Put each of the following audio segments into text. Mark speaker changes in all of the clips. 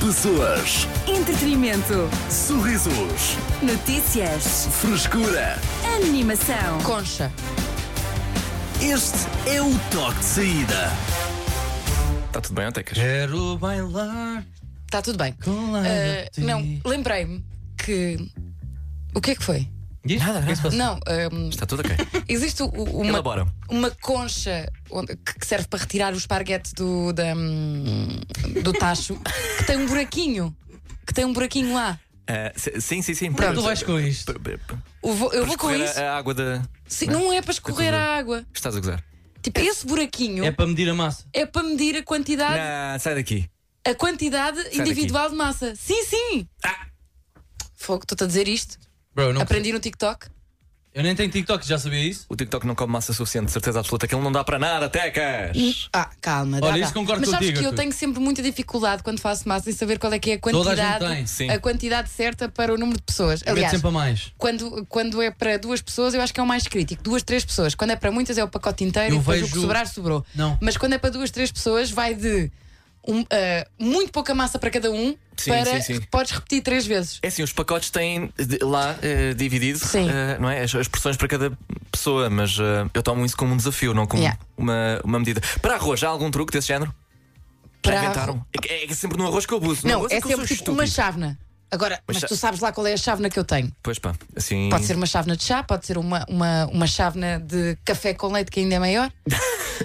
Speaker 1: Pessoas,
Speaker 2: Entretenimento.
Speaker 1: sorrisos,
Speaker 2: Notícias.
Speaker 1: frescura.
Speaker 2: Animação.
Speaker 3: Concha.
Speaker 1: Este é o toque de saída.
Speaker 4: Está Tá tudo bem, Antecas?
Speaker 5: Quero bailar
Speaker 3: Está Tá tudo bem.
Speaker 5: com a
Speaker 3: Ah,
Speaker 5: ti.
Speaker 3: não, lembrei-me que. O que é que foi?
Speaker 5: Diz? é Nada, nada.
Speaker 3: Não, ahm,
Speaker 4: Está Tá tudo ok.
Speaker 3: existe o- o- uma,
Speaker 4: Elabora.
Speaker 3: uma concha onde- que que serve para retirar o esparguete do, da, hum, do tacho que tem um buraquinho. Que tem um buraquinho lá.
Speaker 4: Ah, se- sim, sim, sim.
Speaker 5: Tu vais com isto.
Speaker 3: Eu vou, eu vou com
Speaker 4: Escorrer
Speaker 3: isso.
Speaker 4: A, a água da.
Speaker 3: Sim, não é para escorrer a água.
Speaker 4: Estás a gozar.
Speaker 3: Tipo, esse buraquinho
Speaker 5: É
Speaker 3: é,
Speaker 5: para medir a massa.
Speaker 3: para medir a quantidade,
Speaker 4: Não, sai daqui.
Speaker 3: a quantidade individual de massa. Sim, sim. Fogo, estou-te a dizer isto.
Speaker 5: Bro, não
Speaker 3: Aprendi no TikTok.
Speaker 5: Eu nem tenho TikTok, já sabia isso?
Speaker 4: O TikTok não come massa suficiente, de certeza absoluta. Aquilo não dá para nada, Tecas.
Speaker 3: Ah, calma, dá,
Speaker 5: Olha,
Speaker 3: dá.
Speaker 5: isso concordo
Speaker 3: Mas sabes
Speaker 5: contigo,
Speaker 3: que eu
Speaker 5: Arthur.
Speaker 3: tenho sempre muita dificuldade quando faço massa em saber qual é que é a
Speaker 5: Toda a gente
Speaker 3: quantidade,
Speaker 5: tem,
Speaker 4: sim.
Speaker 3: quantidade certa para o número de pessoas.
Speaker 5: Mete
Speaker 3: Aliás,
Speaker 5: sempre a mais.
Speaker 3: quando, quando é para duas pessoas, eu acho que é o mais crítico. Duas, três pessoas. Quando é para muitas, é o pacote inteiro
Speaker 5: Eu
Speaker 3: e depois o
Speaker 5: vejo-
Speaker 3: que sobrar, sobrou.
Speaker 5: Não.
Speaker 3: Mas quando é para duas, três pessoas, vai de um, ah, muito pouca massa para cada um
Speaker 4: Sim,
Speaker 3: para
Speaker 4: sim, sim.
Speaker 3: podes repetir três vezes.
Speaker 4: É assim, os pacotes têm eh, de- lá eh, dividido
Speaker 3: Sim.
Speaker 4: eh, não é? as, as porções para cada pessoa, mas eh, eu tomo isso como um desafio, não como
Speaker 3: Yeah.
Speaker 4: uma, uma medida. Para arroz, há algum truque desse género? Já
Speaker 3: Para
Speaker 5: um.
Speaker 4: inventaram? É, que- é que é sempre no arroz que eu abuso. No
Speaker 3: Não,
Speaker 4: arroz
Speaker 3: é
Speaker 4: que eu sou
Speaker 3: sempre tipo
Speaker 4: estúpido.
Speaker 3: uma chávena. Agora, mas
Speaker 4: chá-
Speaker 3: tu sabes lá qual é a chávena que eu tenho.
Speaker 4: Pois pá, assim.
Speaker 3: Pode ser uma chávena de chá, pode ser uma, uma, uma chávena de café com leite, que ainda é maior.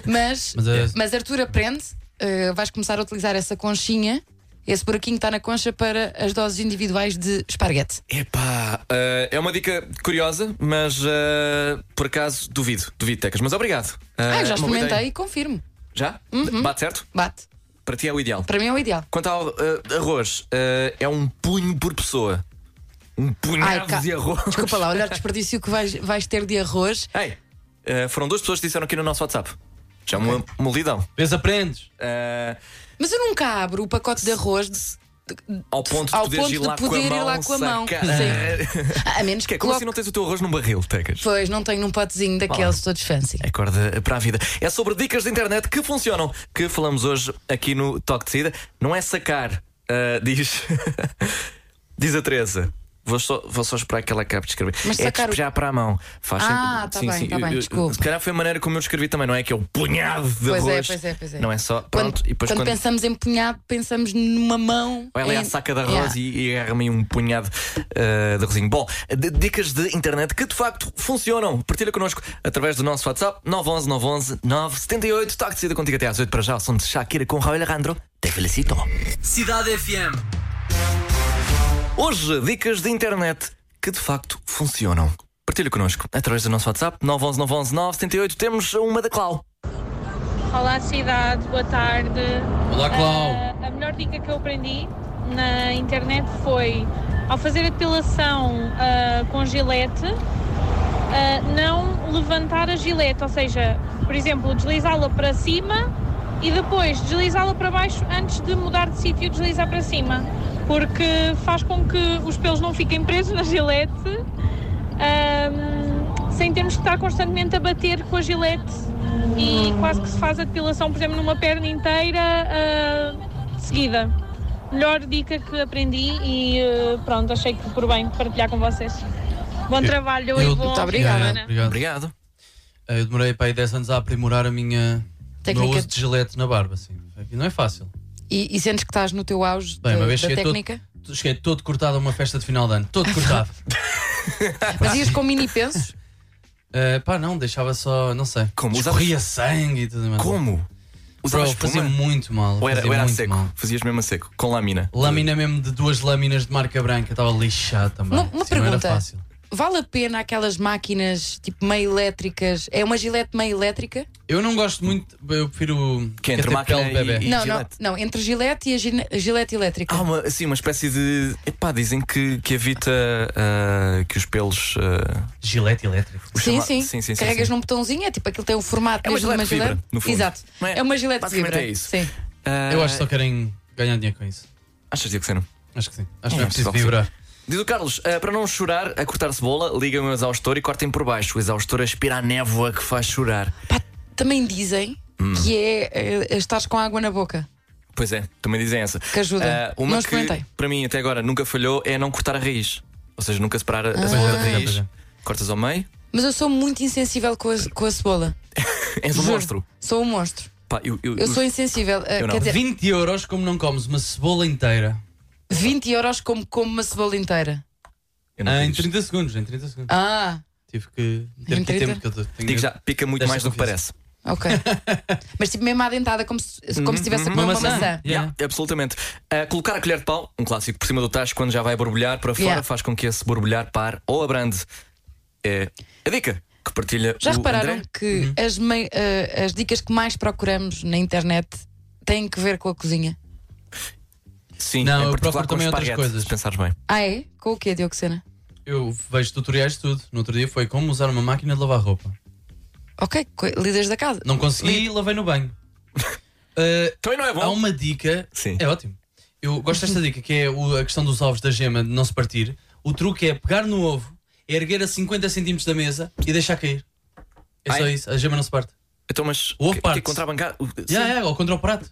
Speaker 3: Mas,
Speaker 5: Mas,
Speaker 3: mas,
Speaker 5: é-
Speaker 3: Arthur aprende, eh, vais começar a utilizar essa conchinha, esse buraquinho que está na concha para as doses individuais de esparguete.
Speaker 4: Epá, eh, é uma dica curiosa, mas eh, por acaso duvido, duvido, Tecas. Mas obrigado.
Speaker 3: ah,
Speaker 4: Eh,
Speaker 3: eu já
Speaker 4: é uma boa
Speaker 3: experimentei Uhum.
Speaker 4: ideia.
Speaker 3: e confirmo.
Speaker 4: Já? Bate certo?
Speaker 3: Bate.
Speaker 4: Para ti é o ideal.
Speaker 3: Para mim é o ideal.
Speaker 4: Quanto ao eh, arroz, eh, é um punho por pessoa. Um punhado
Speaker 3: ca-
Speaker 4: de arroz.
Speaker 3: Desculpa lá, olha o desperdício que vais, vais ter de arroz.
Speaker 4: Ei, eh, foram duas pessoas que disseram aqui no nosso WhatsApp. Já é uma mulidão.
Speaker 5: Vês, aprendes.
Speaker 4: Eh,
Speaker 3: Mas eu nunca abro o pacote de arroz de-
Speaker 4: ao ponto de
Speaker 3: Ao
Speaker 4: poderes
Speaker 3: ponto
Speaker 4: ir
Speaker 3: de
Speaker 4: lá
Speaker 3: poder ir
Speaker 4: com a mão.
Speaker 3: lá com a mão.
Speaker 4: sacar-
Speaker 3: Sim. a menos
Speaker 4: Que
Speaker 3: que
Speaker 4: é, como
Speaker 3: coloque.
Speaker 4: assim não tens o teu arroz num barril, Tecas?
Speaker 3: Pois, não tenho num potezinho daqueles todos fancy.
Speaker 4: Acorda para a vida. É sobre dicas de internet que funcionam, que falamos hoje aqui no Toque de Saída. Não é sacar, ah, diz. diz a Teresa. Vou só, vou só esperar que ela acabe de escrever.
Speaker 3: Mas
Speaker 4: é
Speaker 3: sacar o-
Speaker 4: despejar para a mão. Faz
Speaker 3: Ah,
Speaker 4: sempre-
Speaker 3: tá bem, tá
Speaker 4: eu-
Speaker 3: bem,
Speaker 4: eu-
Speaker 3: desculpe.
Speaker 4: Se calhar foi a maneira como eu escrevi também, não é? Que é um punhado de
Speaker 3: Pois é,
Speaker 4: arroz.
Speaker 3: pois é, pois é.
Speaker 4: Não é só. Pronto,
Speaker 3: quando,
Speaker 4: e depois
Speaker 3: quando
Speaker 4: quando.
Speaker 3: pensamos em punhado, pensamos numa mão.
Speaker 4: Vai ali
Speaker 3: em-
Speaker 4: à saca de
Speaker 3: Yeah.
Speaker 4: arroz e, e agarra-me um punhado ah, de arrozinho. Bom, d- dicas de internet que de facto funcionam. Partilha connosco através do nosso WhatsApp 911 911 978. Toque de saída contigo até às 8 para já. O som de Shakira com Raul Alejandro. Te felicito.
Speaker 1: Cidade FM.
Speaker 4: Hoje, dicas de internet que de facto funcionam. Partilha connosco através do nosso WhatsApp 911 911 978. Temos uma da Clau.
Speaker 6: Olá cidade, boa tarde.
Speaker 5: Olá, Clau.
Speaker 6: Ah, a melhor dica que eu aprendi na internet foi ao fazer a depilação ah, com gilete, ah, não levantar a gilete, ou seja, por exemplo, deslizá-la para cima e depois deslizá-la para baixo antes de mudar de sítio e deslizar para cima, porque faz com que os pelos não fiquem presos na gilete. ahm, sem termos que estar constantemente a bater com a gilete e quase que se faz a depilação, por exemplo, numa perna inteira ah, de seguida. Melhor dica que aprendi e ah, pronto, achei que por bem partilhar com vocês. Bom trabalho e
Speaker 5: Eu- tá
Speaker 6: bom
Speaker 3: Muito obrigada.
Speaker 6: fim de
Speaker 5: Yeah,
Speaker 6: semana.
Speaker 5: obrigado. Eh,
Speaker 4: Obrigado.
Speaker 5: Eu demorei para aí 10 anos a aprimorar a minha.
Speaker 3: Técnica
Speaker 5: o meu uso
Speaker 3: de-
Speaker 5: de gelete na barba, assim. Não é fácil.
Speaker 3: E, e sentes que estás no teu auge
Speaker 5: Bem,
Speaker 3: da,
Speaker 5: uma vez
Speaker 3: da
Speaker 5: cheguei todo,
Speaker 3: técnica?
Speaker 5: cheguei todo cortado a uma festa de final de ano. Todo cortado.
Speaker 3: Mas ias com mini pensos?
Speaker 5: Eh, pá, não, deixava só, não sei.
Speaker 4: Como? Usavas-
Speaker 5: Escorria sangue e tudo mais.
Speaker 4: Como?
Speaker 5: Bro,
Speaker 4: Usavas
Speaker 5: fazia
Speaker 4: espuma?
Speaker 5: muito mal.
Speaker 4: Ou era,
Speaker 5: fazia
Speaker 4: ou era a
Speaker 5: muito
Speaker 4: seco?
Speaker 5: mal.
Speaker 4: Fazias mesmo a seco, com lâmina.
Speaker 5: Lâmina mesmo de duas lâminas de marca branca, estava lixado também.
Speaker 3: Uma- uma
Speaker 5: Sim, não era
Speaker 3: pergunta.
Speaker 5: fácil.
Speaker 3: Vale a pena aquelas máquinas tipo meio elétricas? É uma gilete meio elétrica?
Speaker 5: Eu não gosto muito, eu prefiro
Speaker 4: Que entre
Speaker 5: até
Speaker 4: máquina
Speaker 5: pele de bebê.
Speaker 4: E
Speaker 3: não,
Speaker 4: gilete?
Speaker 3: não, não, entre gilete e a gine- a gilete elétrica.
Speaker 4: Há uma, assim, uma espécie de. Epá, dizem que, que evita ah, que os pelos. ah,
Speaker 5: Gilete elétrico.
Speaker 4: os
Speaker 3: Sim,
Speaker 4: chama-
Speaker 3: sim.
Speaker 4: sim, sim, sim,
Speaker 3: Carregas
Speaker 4: sim.
Speaker 3: num botãozinho, é tipo aquilo tem um formato
Speaker 4: É uma
Speaker 3: mesmo de uma
Speaker 4: gilete de
Speaker 3: gilete.
Speaker 4: fibra, no fundo.
Speaker 3: Exato.
Speaker 4: Não é?
Speaker 3: É uma gilete de
Speaker 4: Basicamente
Speaker 3: fibra.
Speaker 4: é isso.
Speaker 3: Sim.
Speaker 4: Ah,
Speaker 5: Eu acho que só querem ganhar dinheiro com isso.
Speaker 4: Achas que não?
Speaker 5: Acho que sim. Acho que
Speaker 4: É,
Speaker 5: não é preciso
Speaker 4: só que sim.
Speaker 5: vibrar.
Speaker 4: Diz o Carlos, ah, para não chorar a cortar cebola, ligam o exaustor e cortem por baixo. O exaustor aspira a névoa que faz chorar. Hum.
Speaker 3: eh, Pá, também dizem que é, é estares com água na boca.
Speaker 4: Pois é, também dizem essa.
Speaker 3: Que ajuda.
Speaker 4: Ah, uma
Speaker 3: Não
Speaker 4: que,
Speaker 3: experimentei.
Speaker 4: para mim, até agora, nunca falhou é não cortar a raiz. Ou seja, nunca separar a
Speaker 3: Ah.
Speaker 4: a cebola da
Speaker 5: Pois é, pois
Speaker 4: raiz.
Speaker 5: é.
Speaker 4: Cortas ao meio,
Speaker 3: Mas eu sou muito insensível com a, com a cebola.
Speaker 4: és um
Speaker 3: Juro.
Speaker 4: monstro.
Speaker 3: Sou um monstro.
Speaker 4: Pá, eu, eu-
Speaker 3: Eu
Speaker 4: eu-
Speaker 3: sou insensível. Ah,
Speaker 4: Eu não.
Speaker 3: quer dizer,
Speaker 5: 20 euros como não comes uma cebola inteira.
Speaker 3: 20 euros como como uma cebola inteira.
Speaker 4: eu não
Speaker 5: Ah,
Speaker 4: fiz
Speaker 5: em
Speaker 4: isto.
Speaker 5: 30 segundos, em 30 segundos.
Speaker 3: Ah,
Speaker 5: Tive que ter
Speaker 3: Em
Speaker 5: aqui
Speaker 3: 30?
Speaker 5: tempo que eu tenho.
Speaker 4: Digo já, pica muito
Speaker 5: Desta
Speaker 4: mais do que
Speaker 5: confiança.
Speaker 4: parece.
Speaker 3: ok. Mas tipo, mesmo à dentada, como se como se estivesse a comer
Speaker 5: Uhum, Uma
Speaker 3: uma
Speaker 5: maçã.
Speaker 3: maçã.
Speaker 5: Yeah.
Speaker 4: Yeah, absolutamente. Ah, colocar a colher de pau, um clássico, por cima do tacho, quando já vai borbulhar para fora,
Speaker 3: Yeah.
Speaker 4: faz com que esse borbulhar pare ou abrande. É a dica que partilha
Speaker 3: Já
Speaker 4: o
Speaker 3: repararam
Speaker 4: André.
Speaker 3: que
Speaker 5: Uhum.
Speaker 3: as, mei- eh, as dicas que mais procuramos na internet têm que ver com a cozinha?
Speaker 4: Sim,
Speaker 5: Não,
Speaker 4: em
Speaker 5: eu
Speaker 4: particular
Speaker 5: procuro
Speaker 4: com
Speaker 5: também outras
Speaker 4: esparguete,
Speaker 5: coisas.
Speaker 4: Se pensares bem.
Speaker 3: Ah, é? Com o quê, Diogo Sena?
Speaker 5: Eu vejo tutoriais de tudo. No outro dia foi como usar uma máquina de lavar roupa.
Speaker 3: Ok, co- líderes da casa.
Speaker 5: Não consegui e lavei no banho. Uh,
Speaker 4: Também não é bom.
Speaker 5: Há uma dica.
Speaker 4: Sim.
Speaker 5: É ótimo. Eu gosto desta dica, que é o- a questão dos ovos da gema de não se partir. O truque é pegar no ovo, é erguer a 50 centímetros da mesa e deixar cair. É só
Speaker 4: Ai.
Speaker 5: isso, a gema não se parte.
Speaker 4: Então, mas.
Speaker 5: Houve
Speaker 4: que- que
Speaker 5: partes.
Speaker 4: contrabancar- o-
Speaker 5: Já é, ou contra o prato.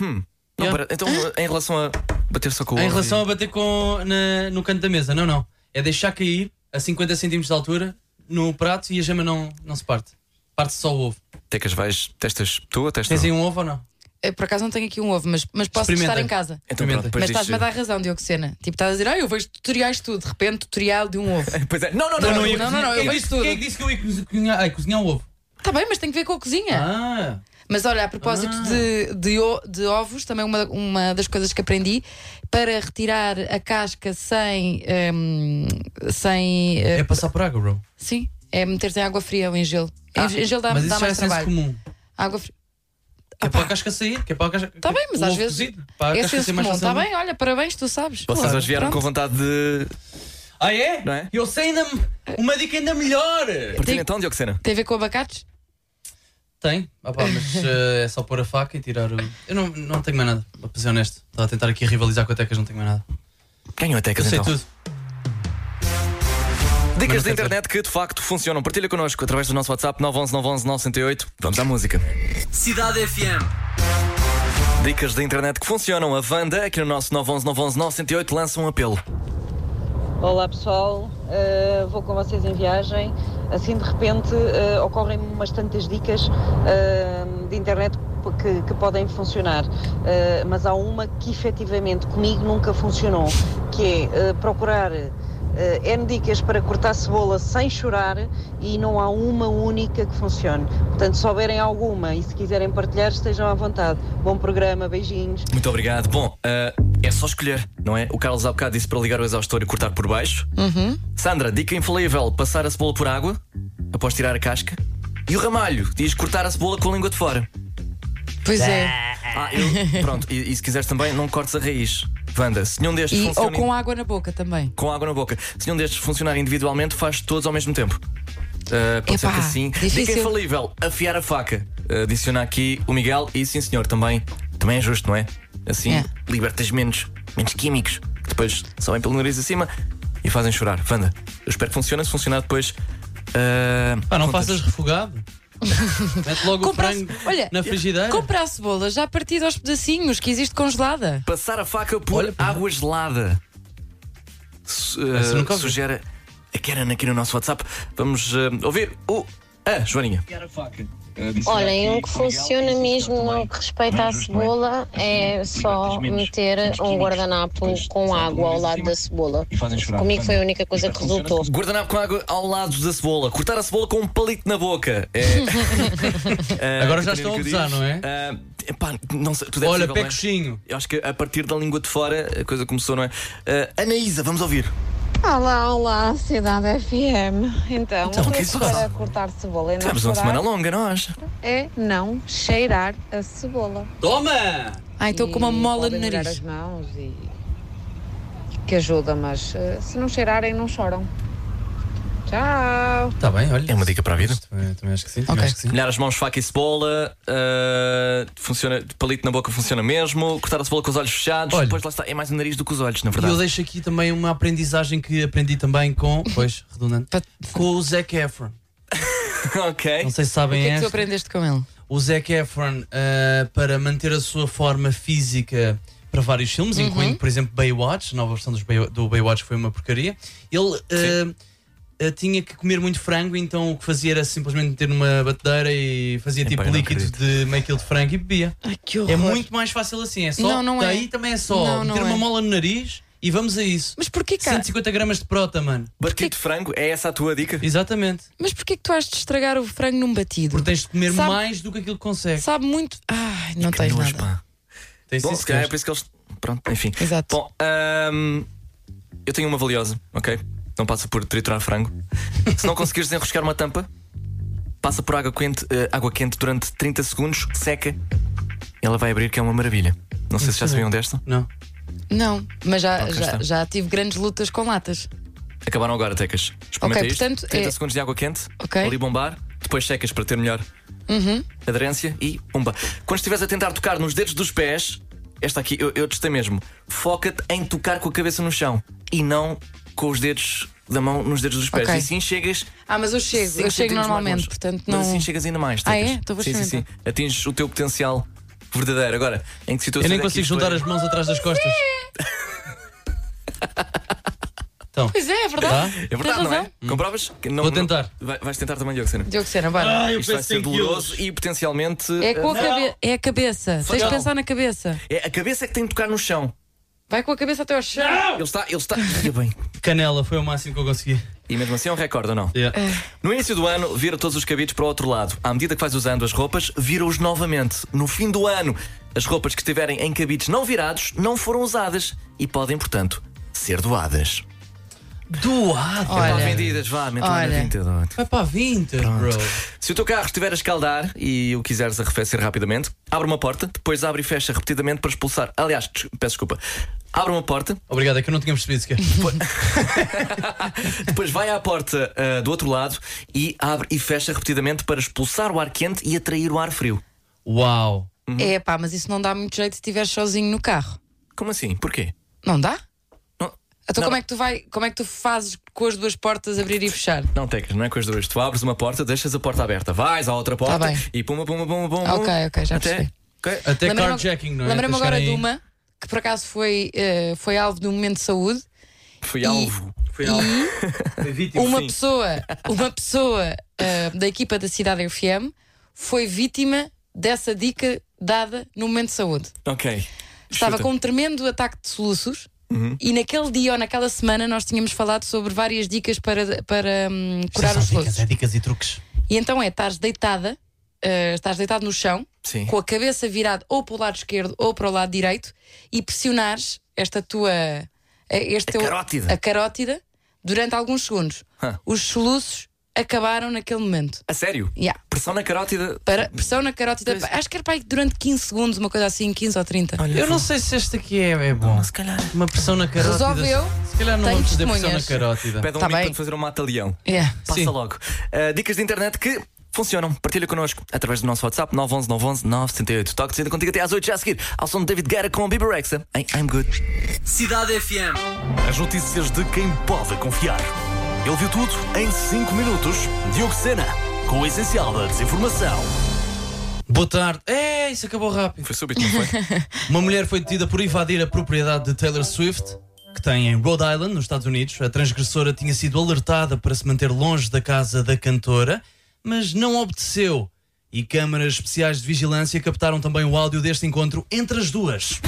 Speaker 4: Não,
Speaker 5: Yeah.
Speaker 4: para, então, em relação a bater só com o
Speaker 5: Em
Speaker 4: ovo
Speaker 5: relação
Speaker 4: e-
Speaker 5: a bater com, na- no canto da mesa, não, não. É deixar cair a 50 centímetros de altura no prato e a gema não, não se parte. Parte-se só o ovo.
Speaker 4: Até que as vais, testas tu, testas.
Speaker 5: Tens aí um ovo ou não?
Speaker 3: Eh, Por acaso não tenho aqui um ovo, mas, mas posso estar
Speaker 5: Experimenta.
Speaker 3: em casa.
Speaker 4: Então, pronto,
Speaker 5: Experimenta.
Speaker 4: depois
Speaker 3: Mas estás-me a
Speaker 4: dizes-
Speaker 3: dar razão, Diogo Sena. Tipo, estás a dizer, ah, eu vejo tutoriais de tudo. De repente, tutorial de um ovo.
Speaker 4: Pois é. Não, não,
Speaker 5: Então,
Speaker 4: não, não,
Speaker 3: Não, não,
Speaker 4: eu-
Speaker 3: não, não, não, eu
Speaker 5: quem,
Speaker 3: vejo
Speaker 5: disse,
Speaker 3: tudo.
Speaker 5: quem é que disse que eu ia cozi- cozinhar, ai, cozinhar o ovo?
Speaker 3: Está Tá bem, mas tem que ver com a cozinha.
Speaker 5: Ah!
Speaker 3: Mas olha, a propósito
Speaker 5: Ah.
Speaker 3: de, de, o- de ovos, também uma, uma das coisas que aprendi para retirar a casca sem. ehm, sem. eh,
Speaker 5: É passar por água, bro.
Speaker 3: Sim, é meter-se em água fria ou em gelo. em gelo dá,
Speaker 5: Mas
Speaker 3: dá
Speaker 5: isso já é
Speaker 3: mais
Speaker 5: senso
Speaker 3: trabalho.
Speaker 5: comum.
Speaker 3: Água fria.
Speaker 5: Que é para a casca sair, que é para a casca.
Speaker 3: Está Tá bem, mas
Speaker 5: o
Speaker 3: às
Speaker 5: ovo
Speaker 3: vezes.
Speaker 5: cozido, para a
Speaker 3: é
Speaker 5: casca
Speaker 3: senso
Speaker 5: ser mais
Speaker 3: comum. Está
Speaker 5: facilmente.
Speaker 3: bem, olha, parabéns, tu sabes.
Speaker 4: Vocês
Speaker 3: Claro,
Speaker 4: hoje vieram com
Speaker 3: pronto.
Speaker 4: vontade de.
Speaker 5: Ah, é?
Speaker 4: Não é?
Speaker 5: Eu sei ainda. Uma dica ainda melhor!
Speaker 4: Partilha
Speaker 3: Tem-
Speaker 4: então, Diocena.
Speaker 3: Tem a ver com abacates?
Speaker 5: Tem, ah, pá, mas eh, é só pôr a faca e tirar o. Eu não, não tenho mais nada, para ser honesto. Estava a tentar aqui rivalizar com a Tecas, não tenho mais nada.
Speaker 4: Ganham até que
Speaker 5: Eu sei
Speaker 4: então.
Speaker 5: tudo.
Speaker 4: Dicas
Speaker 5: Mas não
Speaker 4: da
Speaker 5: quer
Speaker 4: internet que de facto funcionam. Partilha connosco através do nosso WhatsApp 911 911 908. Vamos à música.
Speaker 1: Cidade FM.
Speaker 4: Dicas da internet que funcionam. A Wanda, aqui no nosso 911 911 908, lança um apelo.
Speaker 7: Olá pessoal, Uh, vou com vocês em viagem. Assim de repente uh, ocorrem-me umas tantas dicas uh, de internet que, que podem funcionar, Uh, mas há uma que efetivamente comigo nunca funcionou, que é uh, procurar uh, N dicas para cortar cebola sem chorar e não há uma única que funcione. Portanto, se souberem alguma e se quiserem partilhar, estejam à vontade. Bom programa, beijinhos.
Speaker 4: Muito obrigado. Bom, ah, é só escolher, não é? O Carlos há bocado disse para ligar o exaustor e cortar por baixo.
Speaker 3: Uhum.
Speaker 4: Sandra, dica infalível: passar a cebola por água após tirar a casca. E o Ramalho diz cortar a cebola com a língua de fora.
Speaker 3: Pois é.
Speaker 4: Ah, eu. Pronto, e, e se quiseres também, não cortes a raiz. Wanda, se nenhum destes
Speaker 3: E, ou
Speaker 4: funciona.
Speaker 3: com água na boca também.
Speaker 4: com água na boca. Se nenhum destes funcionar individualmente, faz todos ao mesmo tempo. Uh, pode
Speaker 3: Epá,
Speaker 4: ser que assim. Dica
Speaker 3: difícil.
Speaker 4: infalível: afiar a faca. Uh, adiciona aqui o Miguel e sim, senhor, também, também é justo, não é? Assim
Speaker 3: É.
Speaker 4: libertas menos, menos químicos que depois sobem pelo nariz acima e fazem chorar. Wanda, eu espero que funcione. Se funcionar depois. uh,
Speaker 5: Pá, Ah, não
Speaker 4: contas.
Speaker 5: faças refogado. Mete logo
Speaker 3: Compra a
Speaker 5: o frango
Speaker 3: olha,
Speaker 5: na frigideira.
Speaker 3: Compra a cebola já partida aos pedacinhos que existe congelada.
Speaker 4: Passar a faca por
Speaker 5: Olha, pois
Speaker 4: água gelada. Su-
Speaker 5: Essa
Speaker 4: eh,
Speaker 5: nunca ouvi.
Speaker 4: sugere a Karen aqui no nosso WhatsApp. Vamos eh, ouvir o. Ah, Joaninha.
Speaker 8: Olhem, um que funciona mesmo no que respeita à cebola é só meter um guardanapo com água ao lado da cebola. Comigo foi a única coisa que resultou.
Speaker 4: Guardanapo com água ao lado da cebola. Cortar a cebola com um palito na boca. É,
Speaker 5: Agora
Speaker 4: Catarina
Speaker 5: já estão a
Speaker 4: Cadiz.
Speaker 5: abusar, não é?
Speaker 4: Ah, epá, não sei, tudo é
Speaker 5: Olha,
Speaker 4: possível,
Speaker 5: pé
Speaker 4: não é?
Speaker 5: coxinho.
Speaker 4: Eu acho que a partir da língua de fora a coisa começou, não é? Ah, Anaísa, vamos ouvir.
Speaker 9: Olá, olá, Cidade FM. Então,
Speaker 4: Então,
Speaker 9: então
Speaker 4: o que é isso?
Speaker 9: para cortar cebola e não
Speaker 4: Tivemos um uma semana
Speaker 9: chorar
Speaker 4: longa, nós.
Speaker 9: é não cheirar a cebola.
Speaker 5: Toma!
Speaker 3: Ah, então com uma
Speaker 9: E
Speaker 3: mola no
Speaker 9: podem molhar
Speaker 3: nariz.
Speaker 9: as mãos e que ajuda, mas eh, se não cheirarem, não choram. Tchau!
Speaker 5: Está Tá bem, olha.
Speaker 4: É uma dica para a vida.
Speaker 5: Também, também acho que sim.
Speaker 3: Ok.
Speaker 5: também Acho que sim.
Speaker 4: Molhar as mãos, faca e cebola. ah, funciona, palito na boca funciona mesmo. Cortar a cebola com os olhos fechados.
Speaker 5: Olha.
Speaker 4: Depois lá está, é mais o nariz do que os olhos, na
Speaker 5: E
Speaker 4: verdade.
Speaker 5: eu deixo aqui também uma aprendizagem que aprendi também com. Pois, redundante.
Speaker 3: Pat-
Speaker 5: com o Zac Efron.
Speaker 4: ok.
Speaker 5: Não sei se
Speaker 3: O
Speaker 5: sabem
Speaker 3: que é que tu
Speaker 5: esta.
Speaker 3: aprendeste com ele?
Speaker 5: o Zac Efron ah, para manter a sua forma física para vários filmes,
Speaker 3: Uhum.
Speaker 5: incluindo, por exemplo, Baywatch, a nova versão dos Bay- do Baywatch foi uma porcaria. Ele ah, ah, tinha que comer muito frango, então o que fazia era simplesmente meter numa batedeira e fazia
Speaker 4: Epá,
Speaker 5: tipo
Speaker 4: eu não
Speaker 5: líquido de meio quilo de frango e bebia.
Speaker 3: que
Speaker 5: É muito mais fácil assim, é só.
Speaker 3: Não, não é.
Speaker 5: daí também é só
Speaker 3: Não, não
Speaker 5: meter
Speaker 3: é.
Speaker 5: uma mola no nariz e vamos a isso.
Speaker 3: Mas porquê, cara?
Speaker 5: 150 gramas de prota, mano.
Speaker 4: Batido de frango, é essa a tua dica?
Speaker 5: Exatamente.
Speaker 3: Mas porquê que tu has de estragar o frango num batido?
Speaker 5: Porque tens de comer
Speaker 3: Sabe-
Speaker 5: mais do que aquilo que consegues.
Speaker 3: Sabe muito. Ai, não
Speaker 4: Que
Speaker 3: tens
Speaker 4: nojo,
Speaker 3: nada.
Speaker 4: pá.
Speaker 5: Tens
Speaker 4: Bom,
Speaker 5: isso,
Speaker 4: se calhar é
Speaker 5: queres.
Speaker 4: por isso que eles. Pronto, enfim.
Speaker 3: Exato.
Speaker 4: Bom, ahm, eu tenho uma valiosa, ok? Não passa por triturar frango. Se não conseguires desenroscar uma tampa, passa por água quente, eh, água quente durante 30 segundos, seca. Ela vai abrir, que é uma maravilha. Não sei se já sabiam desta.
Speaker 5: Não.
Speaker 3: Não, mas já,
Speaker 4: cá
Speaker 3: já,
Speaker 4: está.
Speaker 3: já tive grandes lutas com latas.
Speaker 4: Acabaram agora, Tecas. Experimenta
Speaker 3: Ok,
Speaker 4: isto.
Speaker 3: portanto,
Speaker 4: 30
Speaker 3: é-
Speaker 4: segundos de água quente,
Speaker 3: Ok. Uhum.
Speaker 4: ali bombar, depois secas para ter melhor aderência e pumba. Quando estiveres a tentar tocar nos dedos dos pés, esta aqui, eu, eu testei mesmo, foca-te em tocar com a cabeça no chão e não com os dedos da mão nos dedos dos pés.
Speaker 3: Ok.
Speaker 4: E assim chegas.
Speaker 3: Ah, mas eu chego,
Speaker 4: cinco
Speaker 3: eu chego
Speaker 4: centímetros mais longe.
Speaker 3: normalmente, portanto não.
Speaker 4: Mas assim chegas ainda mais.
Speaker 3: Ah, é?
Speaker 4: Tecas.
Speaker 3: Então vou
Speaker 4: sim, sim, sim.
Speaker 3: experimentar.
Speaker 4: Atinges o teu potencial verdadeiro. Agora, em que situação
Speaker 5: Eu nem
Speaker 4: é que
Speaker 5: consigo
Speaker 4: isto
Speaker 5: juntar
Speaker 4: é?
Speaker 5: as mãos atrás das costas. Então,
Speaker 3: Pois é, é
Speaker 5: dá?
Speaker 3: verdade.
Speaker 4: É verdade,
Speaker 3: Tens
Speaker 4: não é?
Speaker 3: razão.
Speaker 4: Comprovas? Que não-
Speaker 5: Vou
Speaker 4: não-
Speaker 5: tentar.
Speaker 4: Vai- vais tentar também, Diogo Sena.
Speaker 3: Diogo Sena, bora.
Speaker 5: eu
Speaker 4: Isto vai ser doloroso e potencialmente.
Speaker 3: É, com a
Speaker 4: eh,
Speaker 3: cabe... é a cabeça. Tens de
Speaker 5: Não.
Speaker 3: pensar na cabeça.
Speaker 4: é a cabeça é que tem de tocar no chão.
Speaker 3: Vai com a cabeça até ao chão.
Speaker 4: Ele está. Ele está. E, bem.
Speaker 5: Canela foi o máximo que eu consegui.
Speaker 4: e mesmo assim é um recorde, ou não?
Speaker 5: Yeah.
Speaker 4: No início do ano, vira todos os cabides para o outro lado. À medida que vais usando as roupas, vira-os novamente. No fim do ano, as roupas que estiverem em cabides não virados não foram usadas e podem, portanto, ser doadas.
Speaker 5: Doado. É
Speaker 3: Olha.
Speaker 4: Pá, vendidas, vá, mentalidade
Speaker 3: Olha.
Speaker 4: 28.
Speaker 5: Vai É para 20, bro.
Speaker 4: Se o teu carro estiver a escaldar e o quiseres arrefecer rapidamente, abre uma porta, depois abre e fecha repetidamente para expulsar. Aliás, des- peço desculpa. Abre uma porta,
Speaker 5: Obrigado, é que eu não tinha percebido sequer.
Speaker 4: Depois vai à porta ah, do outro lado e abre e fecha repetidamente para expulsar o ar quente e atrair o ar frio.
Speaker 5: Uau.
Speaker 3: É pá, mas isso não dá muito jeito se estiveres sozinho no carro.
Speaker 4: Como assim? Porquê?
Speaker 3: Não dá?
Speaker 4: Não,
Speaker 3: Então
Speaker 4: Não.
Speaker 3: como é que tu vai, como é que tu fazes com as duas portas abrir e fechar?
Speaker 4: não tecas, não é com as duas. Tu abres uma porta, deixas a porta aberta, vais à outra porta
Speaker 3: Tá bem.
Speaker 4: e puma, puma, puma, puma.
Speaker 3: Ok, ok, já
Speaker 4: Até...
Speaker 3: percebi.
Speaker 4: ok.
Speaker 5: Até
Speaker 3: Lembrei-me-
Speaker 5: carjacking, não é?
Speaker 3: Lembrei-me
Speaker 5: Até
Speaker 3: agora de
Speaker 5: chegarem aí.
Speaker 3: uma que por acaso foi, eh, foi alvo de um momento de saúde
Speaker 4: ah, Fui
Speaker 3: E-
Speaker 4: alvo. Fui alvo.
Speaker 3: e
Speaker 5: Foi vítima.
Speaker 3: uma
Speaker 4: sim.
Speaker 3: pessoa, uma pessoa eh, da equipa da Cidade FM foi vítima dessa dica dada no momento de saúde.
Speaker 4: Ok.
Speaker 3: Estava
Speaker 4: Chuta.
Speaker 3: com um tremendo ataque de soluços. E naquele dia ou naquela semana nós tínhamos falado sobre várias dicas para, para hum, curar
Speaker 5: São
Speaker 3: os
Speaker 5: dicas,
Speaker 3: soluços.
Speaker 5: é dicas e truques.
Speaker 3: E então é, estás deitada, eh, estás deitado no chão,
Speaker 4: Sim.
Speaker 3: com a cabeça virada ou para o lado esquerdo ou para o lado direito, e pressionares esta tua. eh, Este teu-
Speaker 4: carótida.
Speaker 3: a carótida durante alguns segundos.
Speaker 4: Hã.
Speaker 3: Os soluços acabaram naquele momento.
Speaker 4: A sério?
Speaker 3: Yeah.
Speaker 4: Pressão na carótida.
Speaker 3: Para, pressão na carótida,
Speaker 4: Pois.
Speaker 3: acho que era para aí durante 15 segundos, uma coisa assim, 15 ou 30.
Speaker 4: Olha,
Speaker 5: Eu não sei se este aqui é, é bom.
Speaker 4: se calhar.
Speaker 5: Uma pressão na carótida.
Speaker 3: Resolveu.
Speaker 5: Se calhar não
Speaker 3: Tenho
Speaker 5: vamos fazer pressão na
Speaker 3: testemunhas.
Speaker 5: carótida.
Speaker 4: Pede um
Speaker 3: Tá
Speaker 4: amigo
Speaker 3: bem.
Speaker 4: para te fazer um mata-leão.
Speaker 3: Yeah.
Speaker 4: Passa
Speaker 5: Sim.
Speaker 4: logo. Ah, dicas de internet que funcionam. Partilha connosco através do nosso WhatsApp 911 911 978. Toque de saída contigo até às 8 já a seguir. Ao som de David Guerra com Bieber Rexa. Em I'm good.
Speaker 1: Cidade FM. As notícias de quem pode confiar. Ele viu tudo em 5 minutos. Diogo Sena, com o essencial da desinformação.
Speaker 5: Boa tarde. É, isso acabou rápido.
Speaker 4: Foi súbito, não foi?
Speaker 5: Uma mulher foi detida por invadir a propriedade de Taylor Swift, que tem em Rhode Island, nos Estados Unidos. A transgressora tinha sido alertada para se manter longe da casa da cantora, mas não obteceu. E câmaras especiais de vigilância captaram também o áudio deste encontro entre as duas.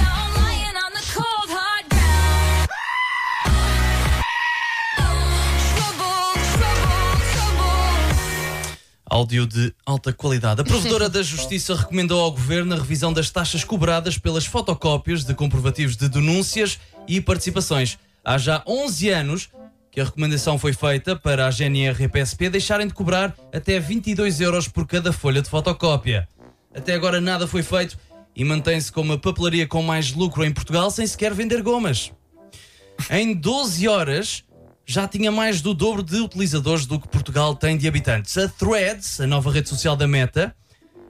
Speaker 5: Áudio de alta qualidade. A provedora da Justiça recomendou ao Governo a revisão das taxas cobradas pelas fotocópias de comprovativos de denúncias e participações. Há já 11 anos que a recomendação foi feita para a GNR e a PSP deixarem de cobrar até 22 euros por cada folha de fotocópia. Até agora nada foi feito e mantém-se como a papelaria com mais lucro em Portugal sem sequer vender gomas em 12 horas já tinha mais do dobro de utilizadores do que Portugal tem de habitantes. A Threads, a nova rede social da Meta,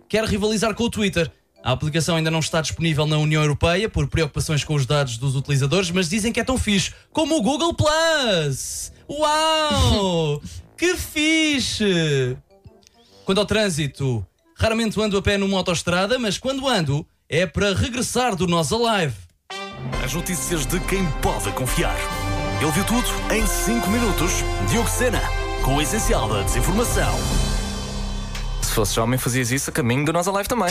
Speaker 5: quer rivalizar com o Twitter. A aplicação ainda não está disponível na União Europeia por preocupações com os dados dos utilizadores, mas dizem que é tão fixe como o Google Plus. Uau! que fixe! Quanto ao trânsito, Raramente ando a pé numa autoestrada, mas quando ando é para regressar do Nós Alive.
Speaker 1: As notícias de quem pode confiar. Ele viu tudo em 5 minutos. Diogo Sena, com o essencial da desinformação.
Speaker 4: Se fosses homem, fazias isso a caminho do Nós Alive também.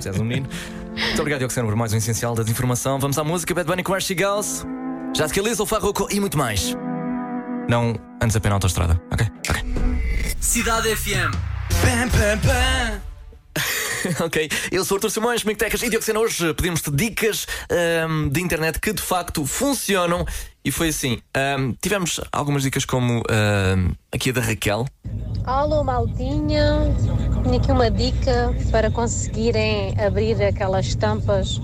Speaker 4: Se és um menino. Muito obrigado, Diogo Sena, por mais um essencial da desinformação. Vamos à música Bad Bunny com Ashley Girls. Já se realiza o Farroco e muito mais. Não antes a pena autostrada, ok? Ok.
Speaker 1: Cidade FM.
Speaker 5: Pam, pam, pam.
Speaker 4: Ok, eu sou o Artur Simões, comigo Tecas e Diogo Sena. Hoje pedimos-te dicas ahm, de internet que de facto funcionam. E foi assim: ahm, tivemos algumas dicas, como ahm, aqui a da Raquel.
Speaker 8: Alô, maldinha. Tenho aqui uma dica para conseguirem abrir aquelas tampas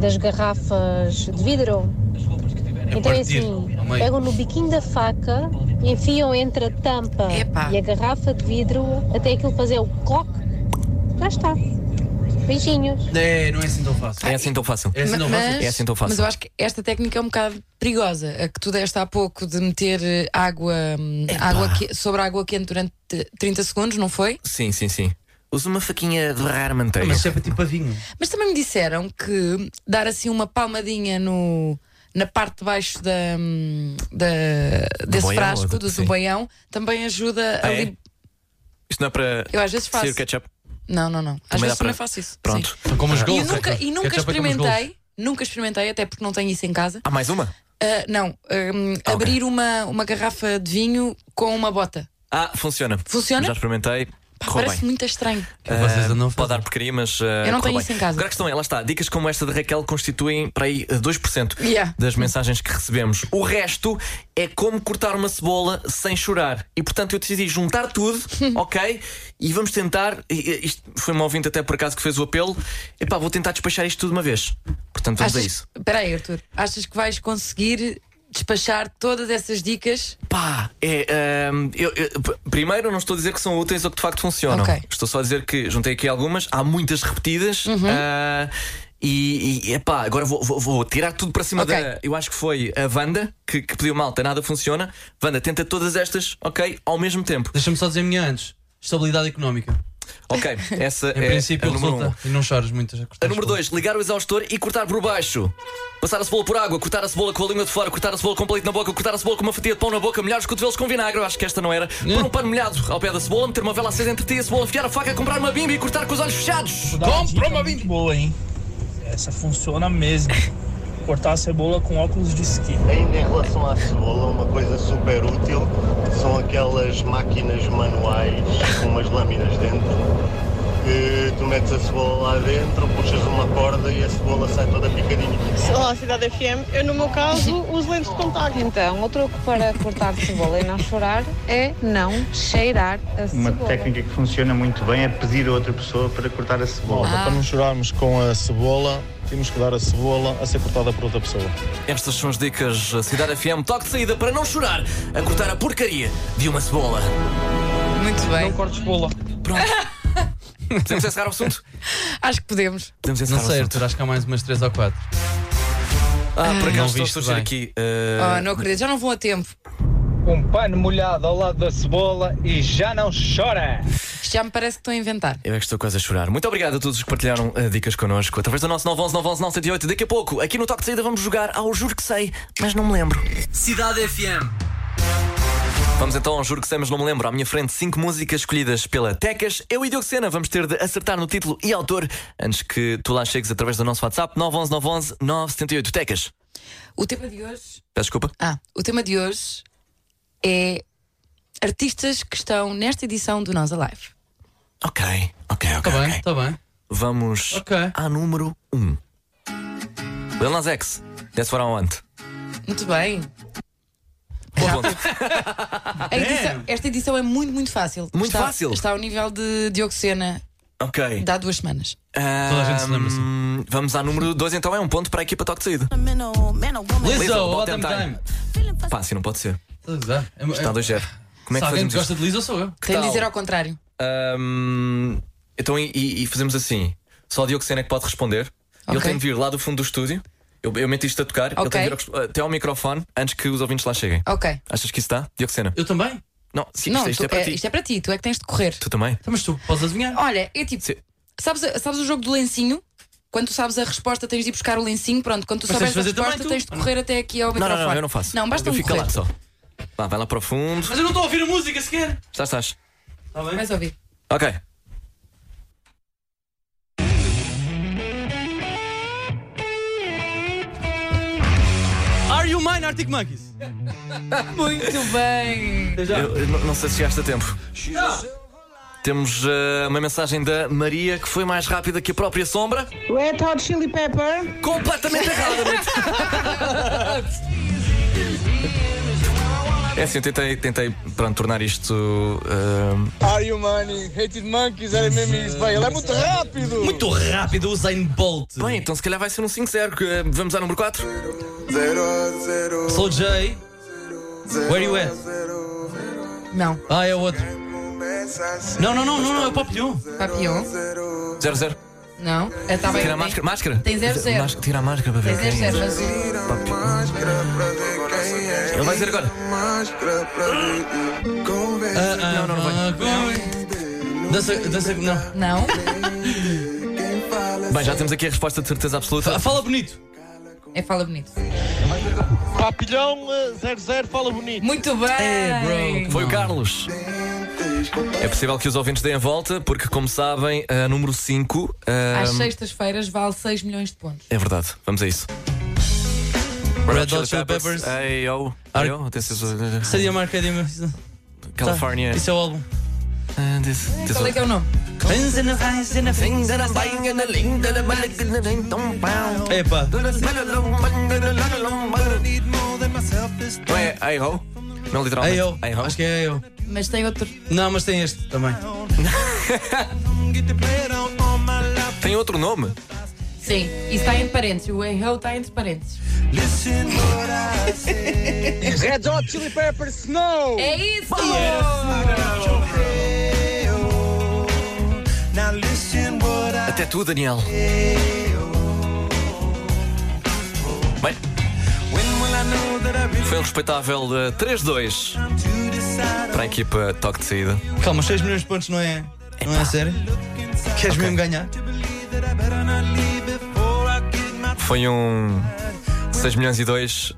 Speaker 8: das garrafas de vidro. Então é
Speaker 5: partir
Speaker 8: assim,
Speaker 5: ao meio.
Speaker 8: pegam no biquinho da faca, enfiam entre a tampa
Speaker 3: Epá.
Speaker 8: e a garrafa de vidro até aquilo fazer o cloc. Já está. Beijinhos.
Speaker 5: É, não é assim tão fácil.
Speaker 4: É assim tão fácil.
Speaker 5: É assim tão fácil.
Speaker 3: Mas,
Speaker 4: É assim tão fácil.
Speaker 3: mas eu acho que esta técnica é um bocado perigosa, a que tu deste há pouco de meter eh, água, hum, água que- sobre água quente durante 30 segundos, não foi?
Speaker 4: Sim, sim, sim. Usa uma faquinha de barrar manteiga.
Speaker 5: Mas isso é para tipo vinho.
Speaker 3: Mas também me disseram que dar assim uma palmadinha no, na parte de baixo da, hum, da- desse
Speaker 4: boião,
Speaker 3: frasco,
Speaker 4: ou
Speaker 3: do,
Speaker 4: do-
Speaker 3: do
Speaker 4: sim.
Speaker 3: boião, também ajuda
Speaker 4: Ah,
Speaker 3: a.
Speaker 4: é?
Speaker 3: li-
Speaker 4: Isto não é para
Speaker 3: Eu às vezes
Speaker 4: sair
Speaker 3: faço.
Speaker 4: o ketchup?
Speaker 3: Não, não, não. Às
Speaker 4: Também dá
Speaker 3: vezes também
Speaker 4: para-
Speaker 3: faço isso.
Speaker 4: Pronto.
Speaker 3: sim.
Speaker 5: São como os
Speaker 3: E
Speaker 5: gols.
Speaker 3: nunca,
Speaker 5: é-
Speaker 3: e nunca
Speaker 5: ketchup é como os gols.
Speaker 3: experimentei, nunca experimentei, até porque não tenho isso em casa.
Speaker 4: Ah, mais uma?
Speaker 3: Ah, não, hum,
Speaker 4: Ah, ok.
Speaker 3: abrir uma, uma garrafa de vinho com uma bota.
Speaker 4: Ah, funciona.
Speaker 3: Funciona?
Speaker 4: Já experimentei.
Speaker 3: Pá,
Speaker 4: Correu
Speaker 3: parece
Speaker 4: bem.
Speaker 3: muito estranho.
Speaker 5: Vocês
Speaker 4: Ah,
Speaker 5: andam a
Speaker 4: pode
Speaker 5: fazer.
Speaker 4: dar porcaria, mas. ah,
Speaker 3: Eu não tenho isso em casa.
Speaker 4: Agora a questão é, lá está. Dicas como esta de Raquel constituem para aí ah, 2%
Speaker 3: Yeah.
Speaker 4: das mensagens que recebemos. O resto é como cortar uma cebola sem chorar. E portanto eu decidi juntar tudo, ok? E vamos tentar. e- e- Isto foi uma ouvinte até por acaso que fez o apelo. Epá, vou tentar despachar isto tudo de uma vez. Portanto, vamos a isso.
Speaker 3: Espera aí, Arthur. Achas que vais conseguir despachar todas essas dicas?
Speaker 4: Pá, é. ahm, eu- eu- p- primeiro, não estou a dizer que são úteis ou que de facto funcionam.
Speaker 3: Ok. Uhum.
Speaker 4: Estou só a dizer que juntei aqui algumas, há muitas repetidas. ah, e, e epá, agora vou, vou- vou tirar tudo para cima
Speaker 3: Ok.
Speaker 4: da. Eu acho que foi a Wanda que, que pediu malta, nada funciona. Wanda, tenta todas estas, ok? Ao mesmo tempo.
Speaker 5: Deixa-me só dizer a minha antes. Estabilidade económica.
Speaker 4: Ok, essa
Speaker 5: Em
Speaker 4: é
Speaker 5: princípio
Speaker 4: a número
Speaker 5: resulta. E não chores muito. já
Speaker 4: A
Speaker 5: cortaste
Speaker 4: número
Speaker 5: tudo.
Speaker 4: 2, ligar o exaustor e cortar por baixo. Passar a cebola por água, cortar a cebola com a língua de fora, cortar a cebola com um palito na boca, cortar a cebola com uma fatia de pão na boca, molhar os cotovelos com vinagre, eu acho que esta não era. Pôr um pano molhado ao pé da cebola, meter uma vela acesa entre ti e a cebola, enfiar a faca, comprar uma bimba e cortar com os olhos fechados.
Speaker 10: Compra uma muito boa, hein? Essa funciona mesmo. Cortar a cebola com óculos de esqui.
Speaker 11: Ainda em relação à cebola, uma coisa super útil são aquelas máquinas manuais com umas lâminas dentro que tu metes a cebola lá dentro, puxas uma corda e a cebola sai toda picadinha.
Speaker 8: Olá, Cidade FM. Eu, no meu caso, uso lentes de contato.
Speaker 9: Então, o truque para cortar cebola e não chorar é não cheirar a
Speaker 12: Uma
Speaker 9: cebola.
Speaker 12: técnica que funciona muito bem é pedir a outra pessoa para cortar a cebola.
Speaker 3: Ah.
Speaker 10: Para não chorarmos com a cebola, temos que dar a cebola a ser cortada por outra pessoa.
Speaker 4: Estas são as dicas da Cidade FM, toque de saída para não chorar, a cortar a porcaria de uma cebola.
Speaker 3: Muito bem.
Speaker 10: Corte cebola.
Speaker 4: Podemos encerrar o assunto?
Speaker 3: Acho que podemos.
Speaker 4: Podemos encerrar
Speaker 5: Não sei,
Speaker 4: o assunto.
Speaker 5: Arthur, acho que há mais umas 3 ou 4.
Speaker 4: Ah, por
Speaker 5: Não
Speaker 4: acaso estou a
Speaker 5: viste
Speaker 4: surgir
Speaker 5: bem.
Speaker 4: aqui.
Speaker 3: Oh,
Speaker 4: eh,
Speaker 3: não acredito, já não vou a tempo.
Speaker 10: Um pano molhado ao lado da cebola e já não chora.
Speaker 3: Isto já me parece que estou a inventar.
Speaker 4: Eu é que estou quase a chorar. Muito obrigado a todos os que partilharam eh, dicas connosco através do nosso 911 911 978. Daqui a pouco, aqui no Toque de Saída, vamos jogar ao Juro que Sei, mas não me lembro.
Speaker 1: Cidade FM.
Speaker 4: Vamos então ao Juro que Sei, mas não me lembro. À minha frente, cinco músicas escolhidas pela Tecas. Eu e Diogo Sena vamos ter de acertar no título e autor antes que tu lá chegues através do nosso WhatsApp 911 911 978. Tecas, peço
Speaker 3: O tema de hoje.
Speaker 4: desculpa.
Speaker 3: Ah, o tema de hoje é artistas que estão nesta edição do Nós Alive.
Speaker 4: Ok, ok, ok.
Speaker 5: Está Tá bem,
Speaker 4: ok.
Speaker 5: está bem.
Speaker 4: Vamos
Speaker 5: Ok.
Speaker 4: à número 1. Um. Lil Nas X, That's What I Want.
Speaker 3: Muito bem.
Speaker 5: É
Speaker 4: Bom ponto.
Speaker 3: A edição- esta edição é muito, muito fácil.
Speaker 4: Muito
Speaker 3: está,
Speaker 4: fácil.
Speaker 3: Está ao nível de Diogo Sena
Speaker 4: Ok.
Speaker 3: de há duas semanas.
Speaker 5: a gente se lembra, sim.
Speaker 4: Ahm, Vamos à número 2, então é um ponto para a equipa Toque de Saída.
Speaker 5: Lizzo,
Speaker 4: Lizzo,
Speaker 5: all
Speaker 4: Bottom
Speaker 5: them
Speaker 4: Time.
Speaker 5: oh, time.
Speaker 4: Pá, assim não pode ser. Está 2-0.
Speaker 5: Está
Speaker 4: Como é
Speaker 5: Se
Speaker 4: que
Speaker 5: alguém
Speaker 4: fazemos
Speaker 5: que
Speaker 4: isto?
Speaker 5: gosta de Lizzo sou eu.
Speaker 3: Tem de
Speaker 4: tal?
Speaker 3: dizer ao contrário.
Speaker 4: Ahm, então, e, e- e fazemos assim: só o Diogo Sena é que pode responder. Ele
Speaker 3: Ok.
Speaker 4: tem de vir lá do fundo do estúdio. Eu, eu meto isto a tocar. Ele
Speaker 3: Ok.
Speaker 4: tem de vir ao- até ao microfone antes que os ouvintes lá cheguem.
Speaker 3: Ok.
Speaker 4: Achas que isso está? Diogo Sena.
Speaker 5: Eu também?
Speaker 4: Não, sim,
Speaker 3: não,
Speaker 4: isto, isto
Speaker 3: tu-
Speaker 4: é para ti.
Speaker 3: isto é para ti, tu é que tens de correr.
Speaker 4: Tu também.
Speaker 5: Mas tu podes adivinhar.
Speaker 3: Olha, é tipo, sabes, sabes o jogo do lencinho? Quando tu sabes a resposta, tens de ir buscar o lencinho. Pronto, quando tu
Speaker 4: Mas tens de
Speaker 3: souberes
Speaker 4: fazer
Speaker 3: a
Speaker 4: também,
Speaker 3: resposta,
Speaker 4: tu.
Speaker 3: tens de correr até aqui ao
Speaker 4: Não, não,
Speaker 3: microfone.
Speaker 4: não, eu não faço.
Speaker 3: Não, basta
Speaker 4: eu
Speaker 3: um
Speaker 4: fico
Speaker 3: correr.
Speaker 4: lá só. Vá, vai lá para o fundo.
Speaker 5: Mas eu não estou a ouvir a música sequer.
Speaker 4: Estás, estás.
Speaker 5: Está bem?
Speaker 3: Vais ouvir.
Speaker 4: Ok.
Speaker 5: Are you mine, Arctic Monkeys?
Speaker 3: Muito bem.
Speaker 4: Eu, eu não não sei se chegaste a tempo. Temos eh, uma mensagem da Maria que foi mais rápida que a própria sombra.
Speaker 13: Red Hot Chili Pepper.
Speaker 4: Completamente errada. É assim, eu tentei, tentei pronto, tornar isto. eh,
Speaker 14: Are you money? Hated Monkeys, era mesmo isso. Vai, ele é muito rápido.
Speaker 5: Muito rápido, Usain Bolt.
Speaker 4: Bem, então se calhar vai ser um 5-0. que, eh, Vamos ao número 4.
Speaker 5: Slow J. Where you at?
Speaker 3: Não.
Speaker 5: Ah, é outro. Não, não, não, não, não é o Papillon.
Speaker 3: Papillon?
Speaker 4: 0-0.
Speaker 3: tá Não. Está bem.
Speaker 4: Tira a máscara. máscara.
Speaker 3: Tem 0-0.
Speaker 4: Mas- Tira a máscara para ver. é.
Speaker 3: Tem 0-0, mas-
Speaker 4: Ele vai dizer agora.
Speaker 5: É não, não, não vai. Ah, Dança, dança, não.
Speaker 3: Não.
Speaker 4: Bem, já temos aqui a resposta de certeza absoluta.
Speaker 5: Fala bonito.
Speaker 3: É fala bonito.
Speaker 14: Papilhão 00, fala bonito.
Speaker 3: Muito bem.
Speaker 4: É, Foi o Carlos. É possível que os ouvintes deem a volta, porque, como sabem, a número 5.
Speaker 3: Às sextas-feiras vale 6 milhões de pontos.
Speaker 4: É verdade, vamos a isso.
Speaker 5: Red Hot Chili Peppers.
Speaker 4: Ei, oh. Ei, oh. This is, uh,
Speaker 5: Seria é a marca de uma-
Speaker 4: California.
Speaker 5: Tá, Isso é o álbum.
Speaker 4: uh, this- this
Speaker 3: Qual é
Speaker 4: is-
Speaker 3: que é o nome?
Speaker 5: Epá.
Speaker 4: Não é Ei, oh? Não, literalmente.
Speaker 5: Ei, eu. Acho que é eu.
Speaker 3: Mas tem outro.
Speaker 5: Não, mas tem este também. é.
Speaker 4: Tem outro nome?
Speaker 3: Sim, isso está entre parênteses. O erro está entre parênteses.
Speaker 14: Red Hot Chili Pepper Snow.
Speaker 3: É isso!
Speaker 4: Até tu, Daniel. Bem. Foi um respeitável eh, 3-2 para a equipa Toque de Saída.
Speaker 5: Calma, 6 milhões de pontos não é. Não é a sério? Queres mesmo ganhar?
Speaker 4: Foi um 6 milhões e 2.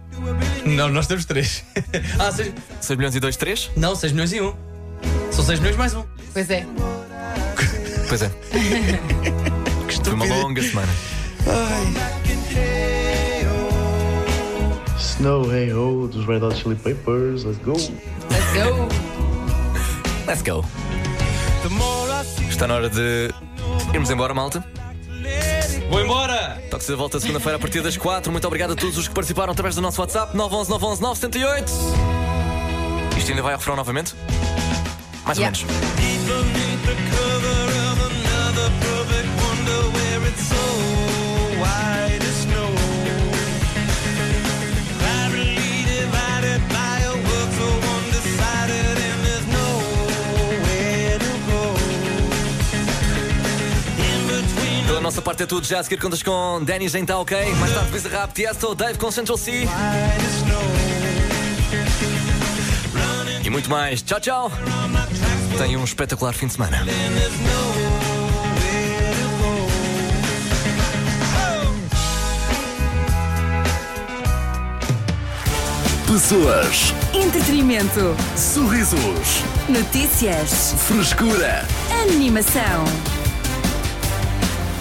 Speaker 5: Não, nós temos 3. ah, 6...
Speaker 4: 6 milhões e 2, 3?
Speaker 5: Não, 6 milhões e 1. São 6 milhões mais 1.
Speaker 3: Pois é.
Speaker 4: Pois é. Foi uma longa semana.
Speaker 12: Snow Hey Ho dos Red Hot Chili Peppers, let's go.
Speaker 3: Let's go.
Speaker 4: Let's go. Está na hora de irmos embora, malta.
Speaker 5: Vou embora!
Speaker 4: Toque de Saída volta segunda-feira a partir das 4. Muito obrigado a todos os que participaram através do nosso WhatsApp 911 911 978. Isto ainda vai ao refrão novamente? Mais ou menos. Pela nossa parte é tudo, já a seguir contas com Danny Gente, tá ok? Mais tarde, Visa Rap, Tiesto, Dave com Central C. E muito mais. Tchau, tchau. Tenham um espetacular fim de semana.
Speaker 1: Pessoas,
Speaker 2: Entretenimento.
Speaker 1: sorrisos,
Speaker 2: Notícias.
Speaker 1: frescura.
Speaker 2: Animação.